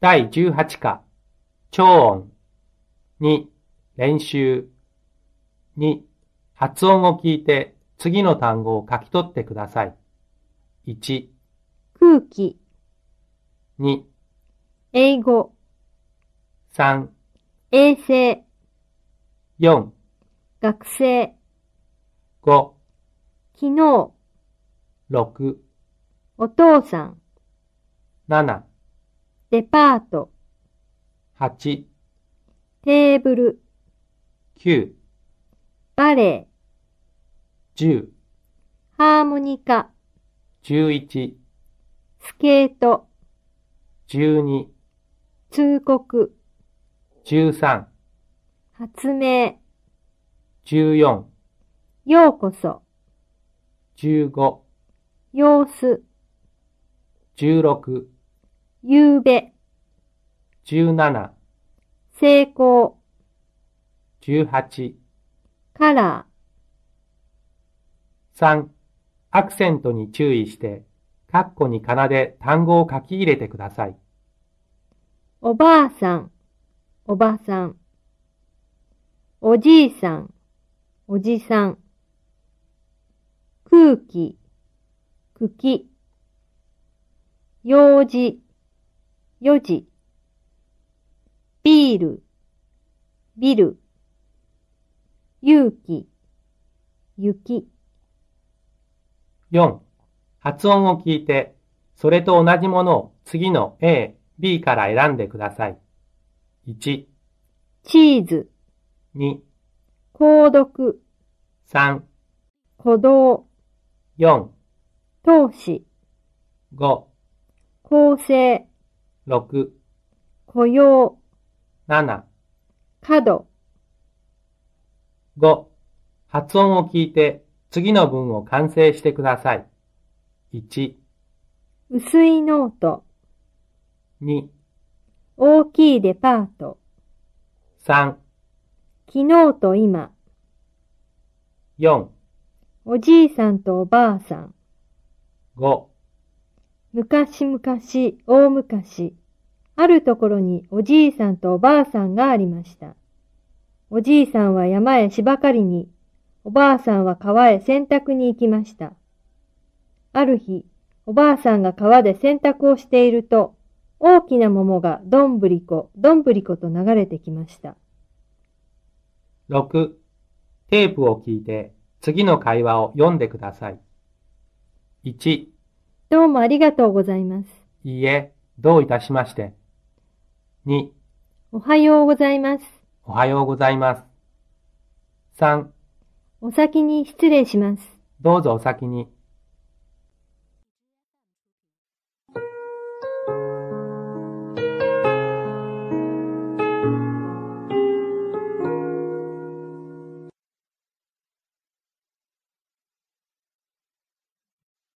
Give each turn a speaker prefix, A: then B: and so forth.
A: 第18課、超音。2、練習。2、発音を聞いて次の単語を書き取ってください。1、
B: 空気、
A: 2、
B: 英語、
A: 3、
B: 衛星、
A: 4、
B: 学生、
A: 5、
B: 昨日、
A: 6、
B: お父さん、
A: 7、
B: デパート、
A: 8、
B: テーブル、
A: 9、
B: バレ
A: 10、
B: ー、ハーモニカ、
A: 11、
B: スケート、
A: 12、
B: 通告、
A: 13、
B: 発明、
A: 14、
B: ようこそ、
A: 15、
B: 様子、
A: 16、
B: 夕べ、
A: 17、
B: 成功、
A: 18、
B: カラ
A: 3. アクセントに注意して、カッコに仮名で単語を書き入れてください。
B: ー、おばあさん、おばさん、おじいさん、おじさん、空気、茎、用事、よじ、ビール、ビル、勇気、雪、
A: 4. 発音を聞いて、それと同じものを次の A、B から選んでください。1、
B: チーズ、
A: 2、
B: 購読、
A: 3、
B: 鼓動、
A: 4、
B: 投資、
A: 5、
B: 構成、
A: 6、
B: 雇用、
A: 7、
B: 角、
A: 5. 発音を聞いて、次の文を完成してください。1、
B: 薄いノート、
A: 2、
B: 大きいデパート、
A: 3、
B: 昨日と今、
A: 4、
B: おじいさんとおばあさん、
A: 5、
B: 昔々、大昔、あるところにおじいさんとおばあさんがありました。おじいさんは山へ芝刈りに、おばあさんは川へ洗濯に行きました。ある日、おばあさんが川で洗濯をしていると、大きな桃がどんぶりこ、どんぶりこと流れてきました。
A: 6. テープを聞いて、次の会話を読んでください。1. い
B: どうもありがとうございます。
A: いえ、どういたしまして。2.
B: おはようございます。
A: おはようございます。3.
B: お先に失礼します。
A: どうぞお先に。